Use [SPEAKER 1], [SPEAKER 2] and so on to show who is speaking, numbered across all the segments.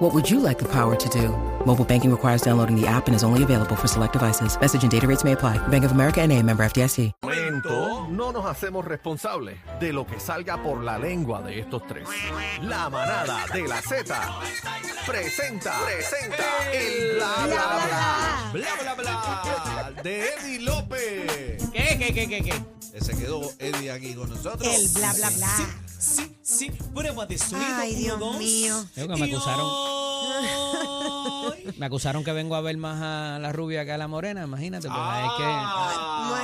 [SPEAKER 1] What would you like the power to do? Mobile banking requires downloading the app and is only available for select devices. Message and data rates may apply. Bank of America and a member FDIC.
[SPEAKER 2] momento no nos hacemos responsables de lo que salga por la lengua de estos tres. La manada de la Z presenta, presenta el bla bla bla bla bla bla de Eddie López.
[SPEAKER 3] ¿Qué, qué, qué, qué, qué?
[SPEAKER 4] Se quedó Eddie aquí con nosotros.
[SPEAKER 5] El bla bla bla.
[SPEAKER 3] Sí, sí, prueba de sonido.
[SPEAKER 5] Ay,
[SPEAKER 3] uno,
[SPEAKER 5] Dios
[SPEAKER 3] dos.
[SPEAKER 5] mío.
[SPEAKER 3] Y
[SPEAKER 6] Creo que me acusaron.
[SPEAKER 3] hoy-
[SPEAKER 6] Me acusaron que vengo a ver más a la rubia que a la morena, imagínate. pero es
[SPEAKER 3] Ah.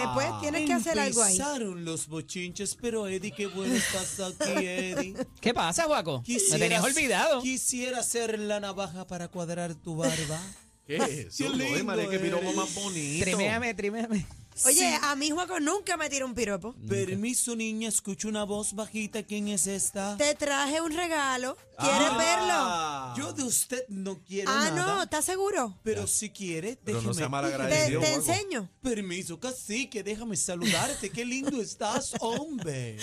[SPEAKER 5] No, pues tienes que hacer algo ahí.
[SPEAKER 3] Empezaron los bochinches, pero Eddie, qué bueno estás aquí, Eddie.
[SPEAKER 6] que- ¿Qué pasa, Guaco? Me
[SPEAKER 3] Quisieras-
[SPEAKER 6] tenías olvidado.
[SPEAKER 3] Quisiera ser la navaja para cuadrar tu barba.
[SPEAKER 4] ¿Qué es eso?
[SPEAKER 3] Qué lindo
[SPEAKER 4] Joder, eh, María, qué piropo
[SPEAKER 3] eres.
[SPEAKER 4] más bonito.
[SPEAKER 6] Triméame, triméame.
[SPEAKER 5] Oye, a mi Juaco nunca me tira un piropo.
[SPEAKER 3] Permiso, niña, escucho una voz bajita. ¿Quién es esta?
[SPEAKER 5] Te traje un regalo. ¿Quieres verlo?
[SPEAKER 3] Yo de usted no Ah, quiero
[SPEAKER 5] Ah,
[SPEAKER 3] nada.
[SPEAKER 5] no, ¿estás seguro?
[SPEAKER 3] Pero si quiere,
[SPEAKER 4] Pero no
[SPEAKER 3] déjeme
[SPEAKER 4] sea
[SPEAKER 5] Te,
[SPEAKER 4] malagradecido.
[SPEAKER 5] te
[SPEAKER 4] Juaco.
[SPEAKER 5] enseño.
[SPEAKER 3] Permiso, cacique, déjame saludarte. Qué lindo estás, hombre.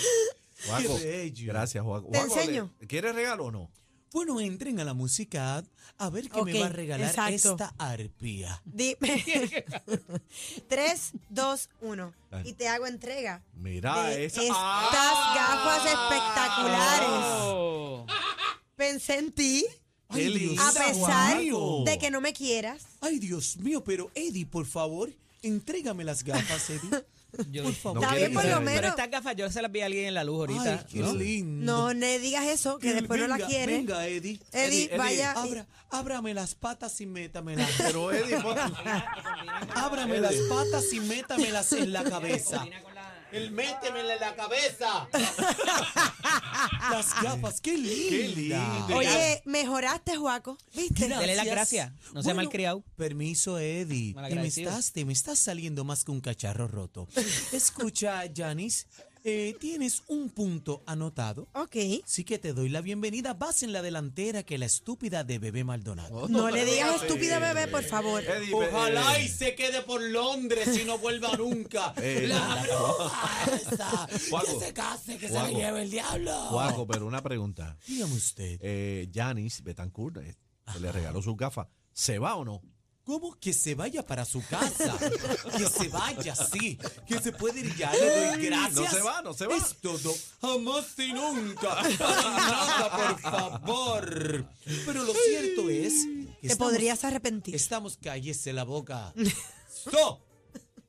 [SPEAKER 4] Juaco,
[SPEAKER 3] Qué bello.
[SPEAKER 4] Gracias, Juaco.
[SPEAKER 5] Te
[SPEAKER 4] Juaco,
[SPEAKER 5] enseño.
[SPEAKER 4] le- ¿Quieres regalo o no?
[SPEAKER 3] Bueno, entren a la música app a ver qué me
[SPEAKER 5] Ok,
[SPEAKER 3] va a regalar
[SPEAKER 5] exacto.
[SPEAKER 3] esta arpía.
[SPEAKER 5] Dime. 3, 2, 1. Y te hago entrega.
[SPEAKER 4] Mira,
[SPEAKER 5] de
[SPEAKER 4] esa.
[SPEAKER 5] estas
[SPEAKER 3] Ah.
[SPEAKER 5] gafas espectaculares.
[SPEAKER 6] Oh.
[SPEAKER 5] Pensé en ti,
[SPEAKER 4] Qué
[SPEAKER 3] Ay, Dios
[SPEAKER 4] lindo.
[SPEAKER 5] a pesar
[SPEAKER 3] mío.
[SPEAKER 5] de que no me quieras.
[SPEAKER 3] Ay, Dios mío, pero Eddie, por favor, entrégame las gafas, Eddie.
[SPEAKER 6] Yo-
[SPEAKER 3] Por favor.
[SPEAKER 4] No
[SPEAKER 5] Está
[SPEAKER 4] quiere
[SPEAKER 5] bien, por
[SPEAKER 4] que
[SPEAKER 5] lo
[SPEAKER 4] se vea.
[SPEAKER 6] Pero
[SPEAKER 5] menos.
[SPEAKER 6] estas gafas yo se las vi a alguien en la luz
[SPEAKER 3] Ay,
[SPEAKER 6] ahorita.
[SPEAKER 3] qué
[SPEAKER 6] ¿no?
[SPEAKER 3] lindo.
[SPEAKER 5] No le digas eso, que después no la
[SPEAKER 3] Mm. Venga,
[SPEAKER 5] quieres.
[SPEAKER 3] Venga, Eddie.
[SPEAKER 5] Eddie, vaya.
[SPEAKER 3] Abra- ábrame las patas y métamelas.
[SPEAKER 4] Pero Eddie, pon-
[SPEAKER 3] Ábrame las patas y métamelas en la cabeza. El métemela en la cabeza. Las gafas, qué linda.
[SPEAKER 4] Qué linda.
[SPEAKER 5] Oye, mejoraste, Juaco. ¿Viste?
[SPEAKER 6] Dele las gracias, no sea malcriado.
[SPEAKER 3] Permiso, Eddie. Te me,
[SPEAKER 6] Malagradecido.
[SPEAKER 3] estás, te me estás saliendo más que un cacharro roto. Escucha, Janis, eh, tienes un punto anotado.
[SPEAKER 5] Ok.
[SPEAKER 3] Sí que te doy la bienvenida. Vas en la delantera que la estúpida de Bebé Maldonado.
[SPEAKER 4] Oh,
[SPEAKER 5] No le digas estúpida bebé, por favor.
[SPEAKER 4] Eddie,
[SPEAKER 3] Ojalá
[SPEAKER 4] eh,
[SPEAKER 3] y se quede por Londres y no vuelva nunca.
[SPEAKER 4] Eh,
[SPEAKER 3] la bruja esa.
[SPEAKER 4] Juaco.
[SPEAKER 3] Que se case, que se
[SPEAKER 4] Juaco.
[SPEAKER 3] la lleve el diablo.
[SPEAKER 4] Juaco, pero una pregunta.
[SPEAKER 3] Dígame usted,
[SPEAKER 4] Eh, Janis Betancourt eh, se le regaló sus gafas. ¿Se va o no?
[SPEAKER 3] ¿cómo que se vaya para su casa? que se vaya, sí. Que se puede ir ya. Le doy gracias.
[SPEAKER 4] No se va, no se va.
[SPEAKER 3] Es todo. Jamás y nunca. Para nada, por favor. Pero lo cierto es que
[SPEAKER 5] Te
[SPEAKER 3] estamos-
[SPEAKER 5] podrías arrepentir.
[SPEAKER 3] Estamos, cállese la boca. ¡Stop!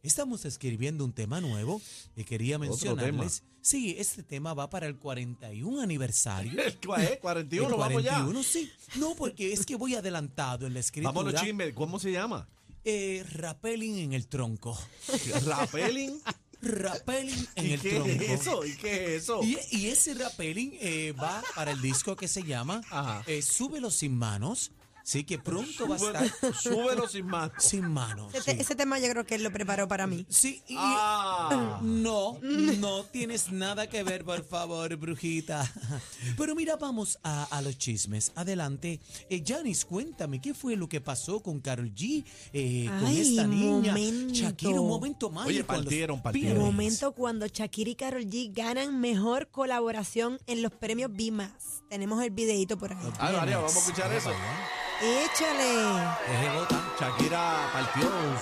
[SPEAKER 3] Estamos escribiendo un tema nuevo y quería mencionarles. Sí, este tema va para el 41 aniversario.
[SPEAKER 4] El cua- eh, 41,
[SPEAKER 3] El
[SPEAKER 4] vamos ya.
[SPEAKER 3] 41, sí. No, porque es que voy adelantado en la escritura.
[SPEAKER 4] Vámonos, chisme. ¿Cómo se llama?
[SPEAKER 3] Eh, rappelling en el tronco.
[SPEAKER 4] ¿Rapeling?
[SPEAKER 3] Rappelling en
[SPEAKER 4] ¿Y
[SPEAKER 3] el
[SPEAKER 4] qué
[SPEAKER 3] tronco.
[SPEAKER 4] es eso? ¿Y qué es eso?
[SPEAKER 3] Y, y ese rappelling eh, va para el disco que se llama
[SPEAKER 4] Ajá.
[SPEAKER 3] eh, Súbelo sin manos. Sí, que pronto va a
[SPEAKER 4] Súbelo,
[SPEAKER 3] estar
[SPEAKER 4] súbelo sin más.
[SPEAKER 3] sin manos.
[SPEAKER 5] Ese,
[SPEAKER 3] sí.
[SPEAKER 5] ese tema yo creo que él lo preparó para mí.
[SPEAKER 3] Sí, y,
[SPEAKER 4] Ah.
[SPEAKER 3] No, no tienes nada que ver, por favor, brujita. Pero mira, vamos a, a los chismes. Adelante. Eh, Janis, cuéntame, ¿qué fue lo que pasó con Carol G? Eh, con
[SPEAKER 5] Ay,
[SPEAKER 3] esta niña.
[SPEAKER 5] momento.
[SPEAKER 3] Shakira, un momento más.
[SPEAKER 4] Oye, partieron, partieron.
[SPEAKER 5] El
[SPEAKER 4] Yes.
[SPEAKER 5] momento cuando Shakira y Karol G ganan mejor colaboración en los premios Bimas. Tenemos el videito por ahí.
[SPEAKER 4] Ah, María, vamos a escuchar eso.
[SPEAKER 5] Échale.
[SPEAKER 4] Shakira partió su
[SPEAKER 5] Las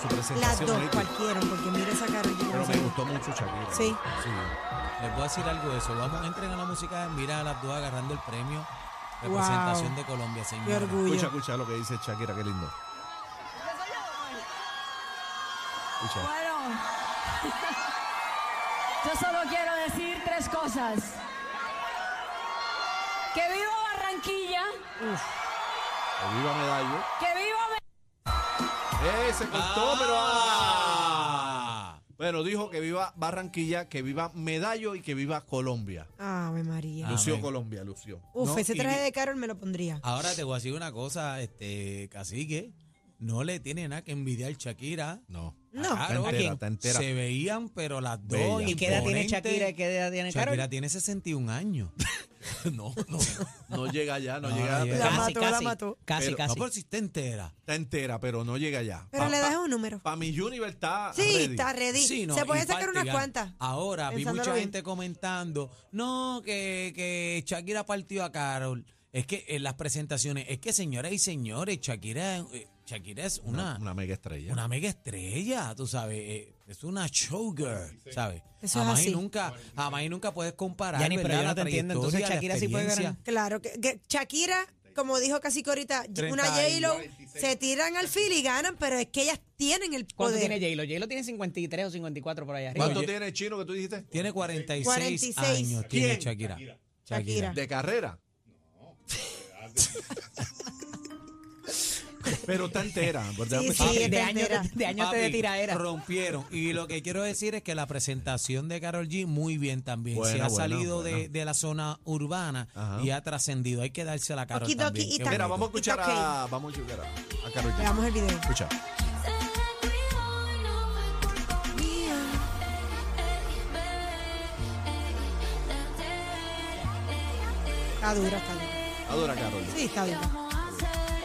[SPEAKER 4] presentación.
[SPEAKER 5] dos
[SPEAKER 4] ahorita,
[SPEAKER 5] cualquiera, porque mira esa Karol G.
[SPEAKER 4] Pero me gustó mucho Shakira.
[SPEAKER 5] Sí.
[SPEAKER 3] Les voy a decir algo de eso. Vamos, entren a la música. Mira a las dos agarrando el premio. Representación de Colombia,
[SPEAKER 5] Qué
[SPEAKER 3] señor.
[SPEAKER 5] orgullo.
[SPEAKER 4] Escucha, escucha lo que dice Shakira, qué lindo. Escucha.
[SPEAKER 7] Bueno, yo solo quiero decir tres cosas. Que viva Barranquilla,
[SPEAKER 4] que Viva medallo.
[SPEAKER 7] que viva... Me-
[SPEAKER 4] Eh, se cortó, pero.
[SPEAKER 3] Ah.
[SPEAKER 4] Bueno, dijo que viva Barranquilla, que viva Medallo y que viva Colombia.
[SPEAKER 5] Ave María.
[SPEAKER 3] Ah.
[SPEAKER 4] Lució
[SPEAKER 3] Amén.
[SPEAKER 4] Colombia, lució.
[SPEAKER 5] Uf,
[SPEAKER 3] No,
[SPEAKER 5] ese
[SPEAKER 3] y- Ah,
[SPEAKER 5] traje de Karol me lo pondría.
[SPEAKER 3] Ahora te voy a decir una cosa, este, cacique. no le tiene nada que envidiar Shakira. Ah,
[SPEAKER 4] No.
[SPEAKER 5] No.
[SPEAKER 3] Claro,
[SPEAKER 4] Está entera, está entera.
[SPEAKER 3] Se veían, pero las dos.
[SPEAKER 4] Bella.
[SPEAKER 6] ¿Y qué edad tiene
[SPEAKER 3] imponentes.
[SPEAKER 6] Shakira y qué edad tiene Carol?
[SPEAKER 3] Shakira tiene 61 años.
[SPEAKER 4] No, no. No llega allá, no,
[SPEAKER 3] No,
[SPEAKER 4] llega
[SPEAKER 3] no llega.
[SPEAKER 5] La
[SPEAKER 6] Casi,
[SPEAKER 5] mató, la
[SPEAKER 6] casi,
[SPEAKER 5] mató.
[SPEAKER 6] Casi,
[SPEAKER 4] Pero-
[SPEAKER 3] No,
[SPEAKER 6] casi.
[SPEAKER 3] por si está entera.
[SPEAKER 4] Está entera, pero no llega allá.
[SPEAKER 5] Pero le das un número.
[SPEAKER 4] Para mi Junior está.
[SPEAKER 5] Sí,
[SPEAKER 4] ready.
[SPEAKER 5] está ready.
[SPEAKER 3] Sí, no, Ah,
[SPEAKER 5] Se pueden
[SPEAKER 3] y
[SPEAKER 5] sacar
[SPEAKER 3] parte
[SPEAKER 5] unas
[SPEAKER 3] gana.
[SPEAKER 5] cuantas.
[SPEAKER 3] Ahora, vi
[SPEAKER 5] pensándolo
[SPEAKER 3] mucha
[SPEAKER 5] bien.
[SPEAKER 3] gente comentando, no, que, que Shakira partió a Carol. Es que en las presentaciones, es que señoras y señores, Shakira, eh, Shakira es una,
[SPEAKER 4] Una, una mega estrella.
[SPEAKER 3] una mega estrella, tú sabes, eh, es una showgirl, ¿sabes?
[SPEAKER 5] Eso es
[SPEAKER 3] jamás
[SPEAKER 5] así.
[SPEAKER 3] y nunca, jamás y nunca puedes comparar,
[SPEAKER 6] Yanni, pero
[SPEAKER 3] ¿verdad?
[SPEAKER 6] yo no
[SPEAKER 3] la
[SPEAKER 6] te entiendo, entonces
[SPEAKER 3] trayectoria, la
[SPEAKER 6] Shakira sí puede ganar.
[SPEAKER 3] experiencia.
[SPEAKER 5] Claro, que, que Shakira, como dijo casi que ahorita, una
[SPEAKER 6] 30 y-
[SPEAKER 5] J-Lo, se tiran al fil y ganan, pero es que ellas tienen el
[SPEAKER 6] ¿Cuánto
[SPEAKER 5] poder.
[SPEAKER 6] tiene J-Lo? J-Lo tiene 53 o 54 por allá arriba.
[SPEAKER 4] ¿Cuánto tiene el chino que tú dijiste?
[SPEAKER 3] Tiene 46,
[SPEAKER 5] 46.
[SPEAKER 3] años, tiene
[SPEAKER 4] ¿Quién?
[SPEAKER 3] Shakira.
[SPEAKER 5] Shakira.
[SPEAKER 4] ¿De carrera? Pero está entera. ¿verdad?
[SPEAKER 5] Sí,
[SPEAKER 4] Pues,
[SPEAKER 5] sí.
[SPEAKER 6] Papi, de
[SPEAKER 5] entera.
[SPEAKER 6] años, de, de años de
[SPEAKER 3] Papi,
[SPEAKER 6] tiraera.
[SPEAKER 3] Rompieron. Y lo que quiero decir es que la presentación de Carol G muy bien también.
[SPEAKER 4] Bueno,
[SPEAKER 3] Se ha
[SPEAKER 4] bueno,
[SPEAKER 3] salido
[SPEAKER 4] bueno.
[SPEAKER 3] De, de la zona urbana
[SPEAKER 4] Ajá.
[SPEAKER 3] y ha trascendido. Hay que dársela a Carol
[SPEAKER 5] Okidoki,
[SPEAKER 3] también.
[SPEAKER 5] y
[SPEAKER 3] Qué
[SPEAKER 5] tan-
[SPEAKER 4] Mira,
[SPEAKER 3] bonito.
[SPEAKER 4] vamos a escuchar
[SPEAKER 5] Está
[SPEAKER 4] a. Vamos a escuchar a, a Karol G.
[SPEAKER 5] Veamos el video.
[SPEAKER 4] Escucha.
[SPEAKER 5] Está dura, está dura.
[SPEAKER 4] Adora Carol.
[SPEAKER 5] Sí, está dura.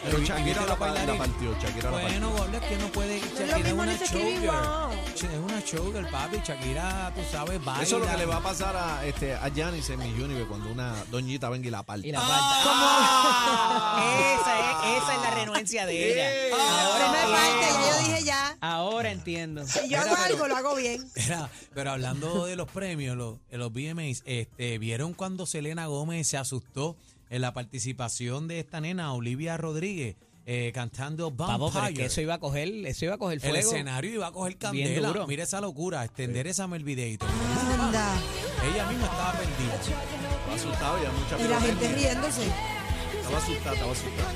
[SPEAKER 4] Pero Shakira
[SPEAKER 3] Invítalo
[SPEAKER 4] la,
[SPEAKER 3] a bailar
[SPEAKER 4] la
[SPEAKER 3] y-
[SPEAKER 4] partió. Shakira la partió.
[SPEAKER 3] Bueno, Gordo, es que no puede.
[SPEAKER 5] es lo
[SPEAKER 3] Shakira es
[SPEAKER 5] mismo,
[SPEAKER 3] una
[SPEAKER 5] no se escribe
[SPEAKER 3] showgirl.
[SPEAKER 5] igual.
[SPEAKER 3] Ch- Es una showgirl, papi. Shakira, tú sabes, baila.
[SPEAKER 4] Eso es lo que le va a pasar a este a Giannis en mi Universe cuando una doñita venga y la parte.
[SPEAKER 6] Y la
[SPEAKER 3] Ah.
[SPEAKER 6] falta. Ah. Esa, es, esa es la renuencia de
[SPEAKER 4] Eh.
[SPEAKER 6] ella.
[SPEAKER 5] Pero no
[SPEAKER 6] Ahora,
[SPEAKER 5] es parte, ya yo
[SPEAKER 6] entiendo.
[SPEAKER 5] dije ya.
[SPEAKER 6] Ahora entiendo.
[SPEAKER 5] Si yo hago algo, lo hago bien.
[SPEAKER 3] Mira, pero hablando de los premios, los, eh, los VMAs, este, ¿vieron cuando Selena Gómez se asustó en la participación de esta nena, Olivia Rodríguez, eh, cantando
[SPEAKER 6] Vamos, pero es
[SPEAKER 3] Vampire?
[SPEAKER 6] que eso iba a coger, eso iba a coger
[SPEAKER 3] el
[SPEAKER 6] fuego.
[SPEAKER 3] escenario iba a coger candela.
[SPEAKER 6] duro.
[SPEAKER 3] Mira esa locura, extender esa el videito.
[SPEAKER 5] Anda.
[SPEAKER 3] Ella misma estaba perdida.
[SPEAKER 4] Estaba asustada, ya mucha
[SPEAKER 5] Y la gente
[SPEAKER 4] gente-
[SPEAKER 5] riéndose.
[SPEAKER 4] Estaba asustada, estaba asustada.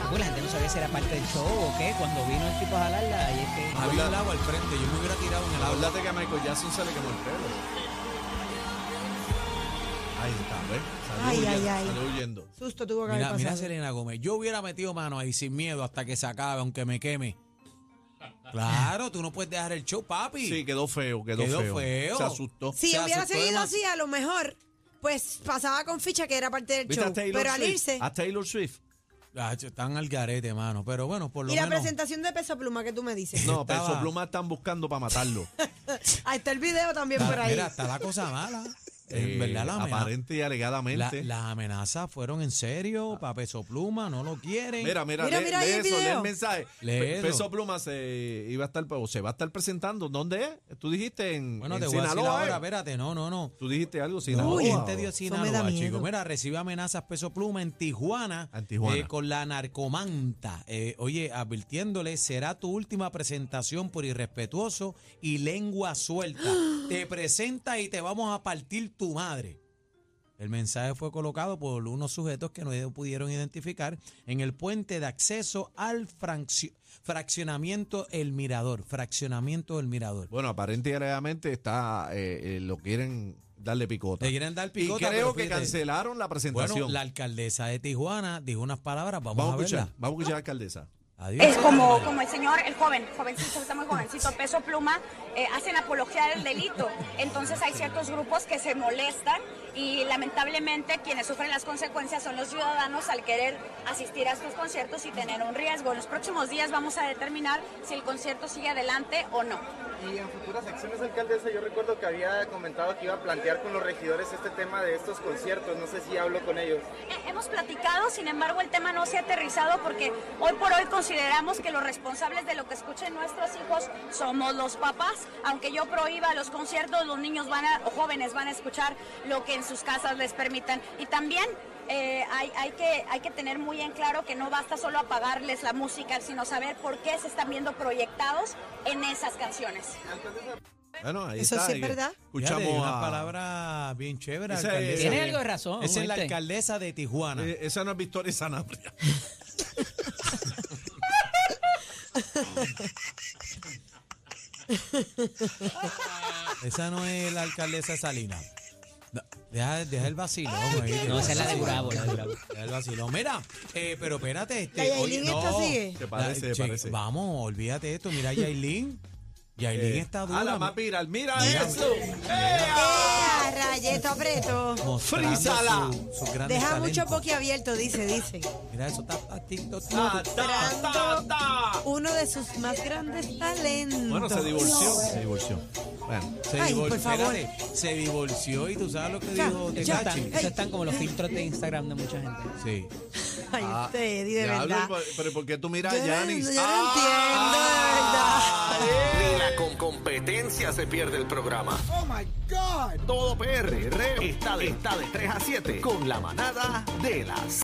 [SPEAKER 6] Porque Pues la gente no sabía si era parte del show o qué. Cuando vino el tipo a jalarla, y es que.
[SPEAKER 3] Había el agua al frente, yo me hubiera tirado en el agua.
[SPEAKER 4] Acuérdate que a Michael Jackson se le quemó el pelo. Ahí está, ¿ves? Salió
[SPEAKER 5] Ay, ay,
[SPEAKER 4] huyendo,
[SPEAKER 5] ay.
[SPEAKER 4] salió huyendo.
[SPEAKER 5] Susto tuvo que haber
[SPEAKER 3] Mira, mira a
[SPEAKER 5] pasado.
[SPEAKER 3] Selena Gómez, yo hubiera metido mano ahí sin miedo hasta que se acabe, aunque me queme. Claro, tú no puedes dejar el show, papi.
[SPEAKER 4] Sí, quedó feo, quedó,
[SPEAKER 3] Quedó
[SPEAKER 4] feo.
[SPEAKER 3] feo.
[SPEAKER 4] Se asustó.
[SPEAKER 5] Si
[SPEAKER 3] Se
[SPEAKER 5] hubiera
[SPEAKER 3] asustó
[SPEAKER 5] seguido
[SPEAKER 3] demasiado.
[SPEAKER 5] así, a lo mejor, pues pasaba con ficha que era parte del
[SPEAKER 4] ¿Viste
[SPEAKER 5] show.
[SPEAKER 4] a Taylor
[SPEAKER 5] Pero al
[SPEAKER 4] Swift?
[SPEAKER 5] irse.
[SPEAKER 4] A Taylor Swift.
[SPEAKER 3] Ah, ch- están al garete, mano. Pero bueno, por lo
[SPEAKER 5] Y la
[SPEAKER 3] menos.
[SPEAKER 5] presentación de peso pluma que tú me dices.
[SPEAKER 4] No,
[SPEAKER 3] Estaba-
[SPEAKER 4] Peso Pluma están buscando para matarlo.
[SPEAKER 5] Ahí está el video también por
[SPEAKER 3] Está,
[SPEAKER 5] ahí.
[SPEAKER 3] Ah, mira, está la cosa mala.
[SPEAKER 4] Eh,
[SPEAKER 3] En verdad, la amenaza.
[SPEAKER 4] Aparente y alegadamente.
[SPEAKER 3] las amenazas fueron en serio, para peso pluma, no lo quieren.
[SPEAKER 4] Ah. Mira, mira,
[SPEAKER 5] Mira,
[SPEAKER 4] lee,
[SPEAKER 5] mira ahí
[SPEAKER 4] lee
[SPEAKER 5] el
[SPEAKER 4] eso, lee
[SPEAKER 5] video.
[SPEAKER 4] el mensaje.
[SPEAKER 3] Léelo.
[SPEAKER 4] Pe- Peso Pluma se iba a estar o se va a estar presentando. ¿Dónde es? Tú dijiste en,
[SPEAKER 3] bueno,
[SPEAKER 4] en
[SPEAKER 3] te voy
[SPEAKER 4] Sinaloa.
[SPEAKER 3] a decir ahora,
[SPEAKER 4] ¿eh?
[SPEAKER 3] espérate, no, no, no.
[SPEAKER 4] Tú dijiste algo Sinaloa.
[SPEAKER 3] Uy,
[SPEAKER 4] ¿o?
[SPEAKER 3] te dio
[SPEAKER 5] Eso me da
[SPEAKER 3] Sinaloa,
[SPEAKER 5] miedo.
[SPEAKER 3] chico. Mira, recibe amenazas peso pluma en Tijuana,
[SPEAKER 4] En Tijuana.
[SPEAKER 3] eh, con la narcomanta. Eh, oye, advirtiéndole, será tu última presentación por irrespetuoso y lengua suelta. te presenta y te vamos a partir tu madre. El mensaje fue colocado por unos sujetos que no pudieron identificar en el puente de acceso al franci- fraccionamiento El Mirador. Fraccionamiento El Mirador.
[SPEAKER 4] Bueno, aparente y alegadamente está, eh, eh, lo quieren darle picota.
[SPEAKER 3] Le quieren dar picota,
[SPEAKER 4] Y creo
[SPEAKER 3] pero
[SPEAKER 4] que
[SPEAKER 3] fíjate.
[SPEAKER 4] cancelaron la presentación.
[SPEAKER 3] Bueno, la alcaldesa de Tijuana dijo unas palabras, vamos,
[SPEAKER 4] vamos a
[SPEAKER 3] a verla.
[SPEAKER 4] escuchar, vamos a escuchar a la alcaldesa.
[SPEAKER 3] Adiós.
[SPEAKER 8] Es como, como el señor, el joven, jovencito, está muy jovencito, peso pluma, eh, hacen apología del delito. Entonces hay ciertos grupos que se molestan y lamentablemente quienes sufren las consecuencias son los ciudadanos al querer asistir a estos conciertos y tener un riesgo. En los próximos días vamos a determinar si el concierto sigue adelante o no.
[SPEAKER 9] Y en futuras acciones, alcaldesa, yo recuerdo que había comentado que iba a plantear con los regidores este tema de estos conciertos. No sé si hablo con ellos.
[SPEAKER 8] Eh, Hemos platicado, sin embargo, el tema no se ha aterrizado porque hoy por hoy consideramos que los responsables de lo que escuchen nuestros hijos somos los papás. Aunque yo prohíba los conciertos, los niños van a, o jóvenes van a escuchar lo que en sus casas les permitan. Y también eh, hay, hay que, hay que tener muy en claro que no basta solo apagarles la música, sino saber por qué se están viendo proyectados en esas canciones.
[SPEAKER 4] Bueno, ahí
[SPEAKER 5] Eso
[SPEAKER 4] está.
[SPEAKER 5] sí es
[SPEAKER 4] ahí que
[SPEAKER 5] verdad.
[SPEAKER 4] Escuchamos
[SPEAKER 3] Fíjate, una
[SPEAKER 4] a-
[SPEAKER 3] palabra bien chévere.
[SPEAKER 4] ah. Esa
[SPEAKER 3] alcaldesa.
[SPEAKER 4] es-
[SPEAKER 6] Tiene algo de razón,
[SPEAKER 3] Esa es la
[SPEAKER 6] oíste.
[SPEAKER 3] alcaldesa de Tijuana.
[SPEAKER 4] Eh, esa no es Victoria Sanabria.
[SPEAKER 3] Esa no es la alcaldesa Salina. No, Deja, deja el vacilón.
[SPEAKER 5] Ay,
[SPEAKER 3] ahí,
[SPEAKER 5] qué
[SPEAKER 6] No, esa es la de
[SPEAKER 5] Ay,
[SPEAKER 6] Bravo, la de Bravo.
[SPEAKER 3] Deja el vacilón. Mira, eh, pero espérate. Este,
[SPEAKER 5] La Yailin esta sigue.
[SPEAKER 4] Se parece,
[SPEAKER 3] La-
[SPEAKER 4] se parece.
[SPEAKER 3] Vamos, olvídate esto. Mira, Yailin. Yailin
[SPEAKER 4] Eh,
[SPEAKER 3] está dura.
[SPEAKER 4] a la
[SPEAKER 3] mi-
[SPEAKER 4] más viral, mira,
[SPEAKER 3] Mira.
[SPEAKER 4] eso.
[SPEAKER 5] ¡Ea, rayeto apreto!
[SPEAKER 3] mostrando
[SPEAKER 4] Frízala.
[SPEAKER 3] su- sus grandes
[SPEAKER 5] Deja
[SPEAKER 3] talentos.
[SPEAKER 5] mucho boquiabierto, dice, dice.
[SPEAKER 3] Mira, eso está pa' TikTok.
[SPEAKER 4] Ta, ta, ta, ta.
[SPEAKER 5] Uno de sus más grandes talentos.
[SPEAKER 4] Bueno, se divorció. Se divorció. Bueno.
[SPEAKER 3] Se
[SPEAKER 5] Ay,
[SPEAKER 3] divor-
[SPEAKER 5] por favor.
[SPEAKER 3] espérate, se divorció y tú sabes lo que
[SPEAKER 5] Ya,
[SPEAKER 3] dijo
[SPEAKER 5] ya,
[SPEAKER 6] Eso
[SPEAKER 3] Tecachi.
[SPEAKER 6] están, eso están como los filtros de Instagram de mucha gente.
[SPEAKER 3] Sí.
[SPEAKER 5] Ay,
[SPEAKER 3] ah,
[SPEAKER 5] usted, Eddie, de
[SPEAKER 4] Diablo,
[SPEAKER 5] verdad.
[SPEAKER 4] pero- pero ¿por qué tú miras
[SPEAKER 5] Yo
[SPEAKER 4] a
[SPEAKER 5] no-
[SPEAKER 4] Yanis?
[SPEAKER 5] yo no
[SPEAKER 4] Ah,
[SPEAKER 5] entiendo,
[SPEAKER 2] Ni la con competencia se pierde el programa. Oh my God. Todo PR está de, está de 3 a 7 con la manada de la Z.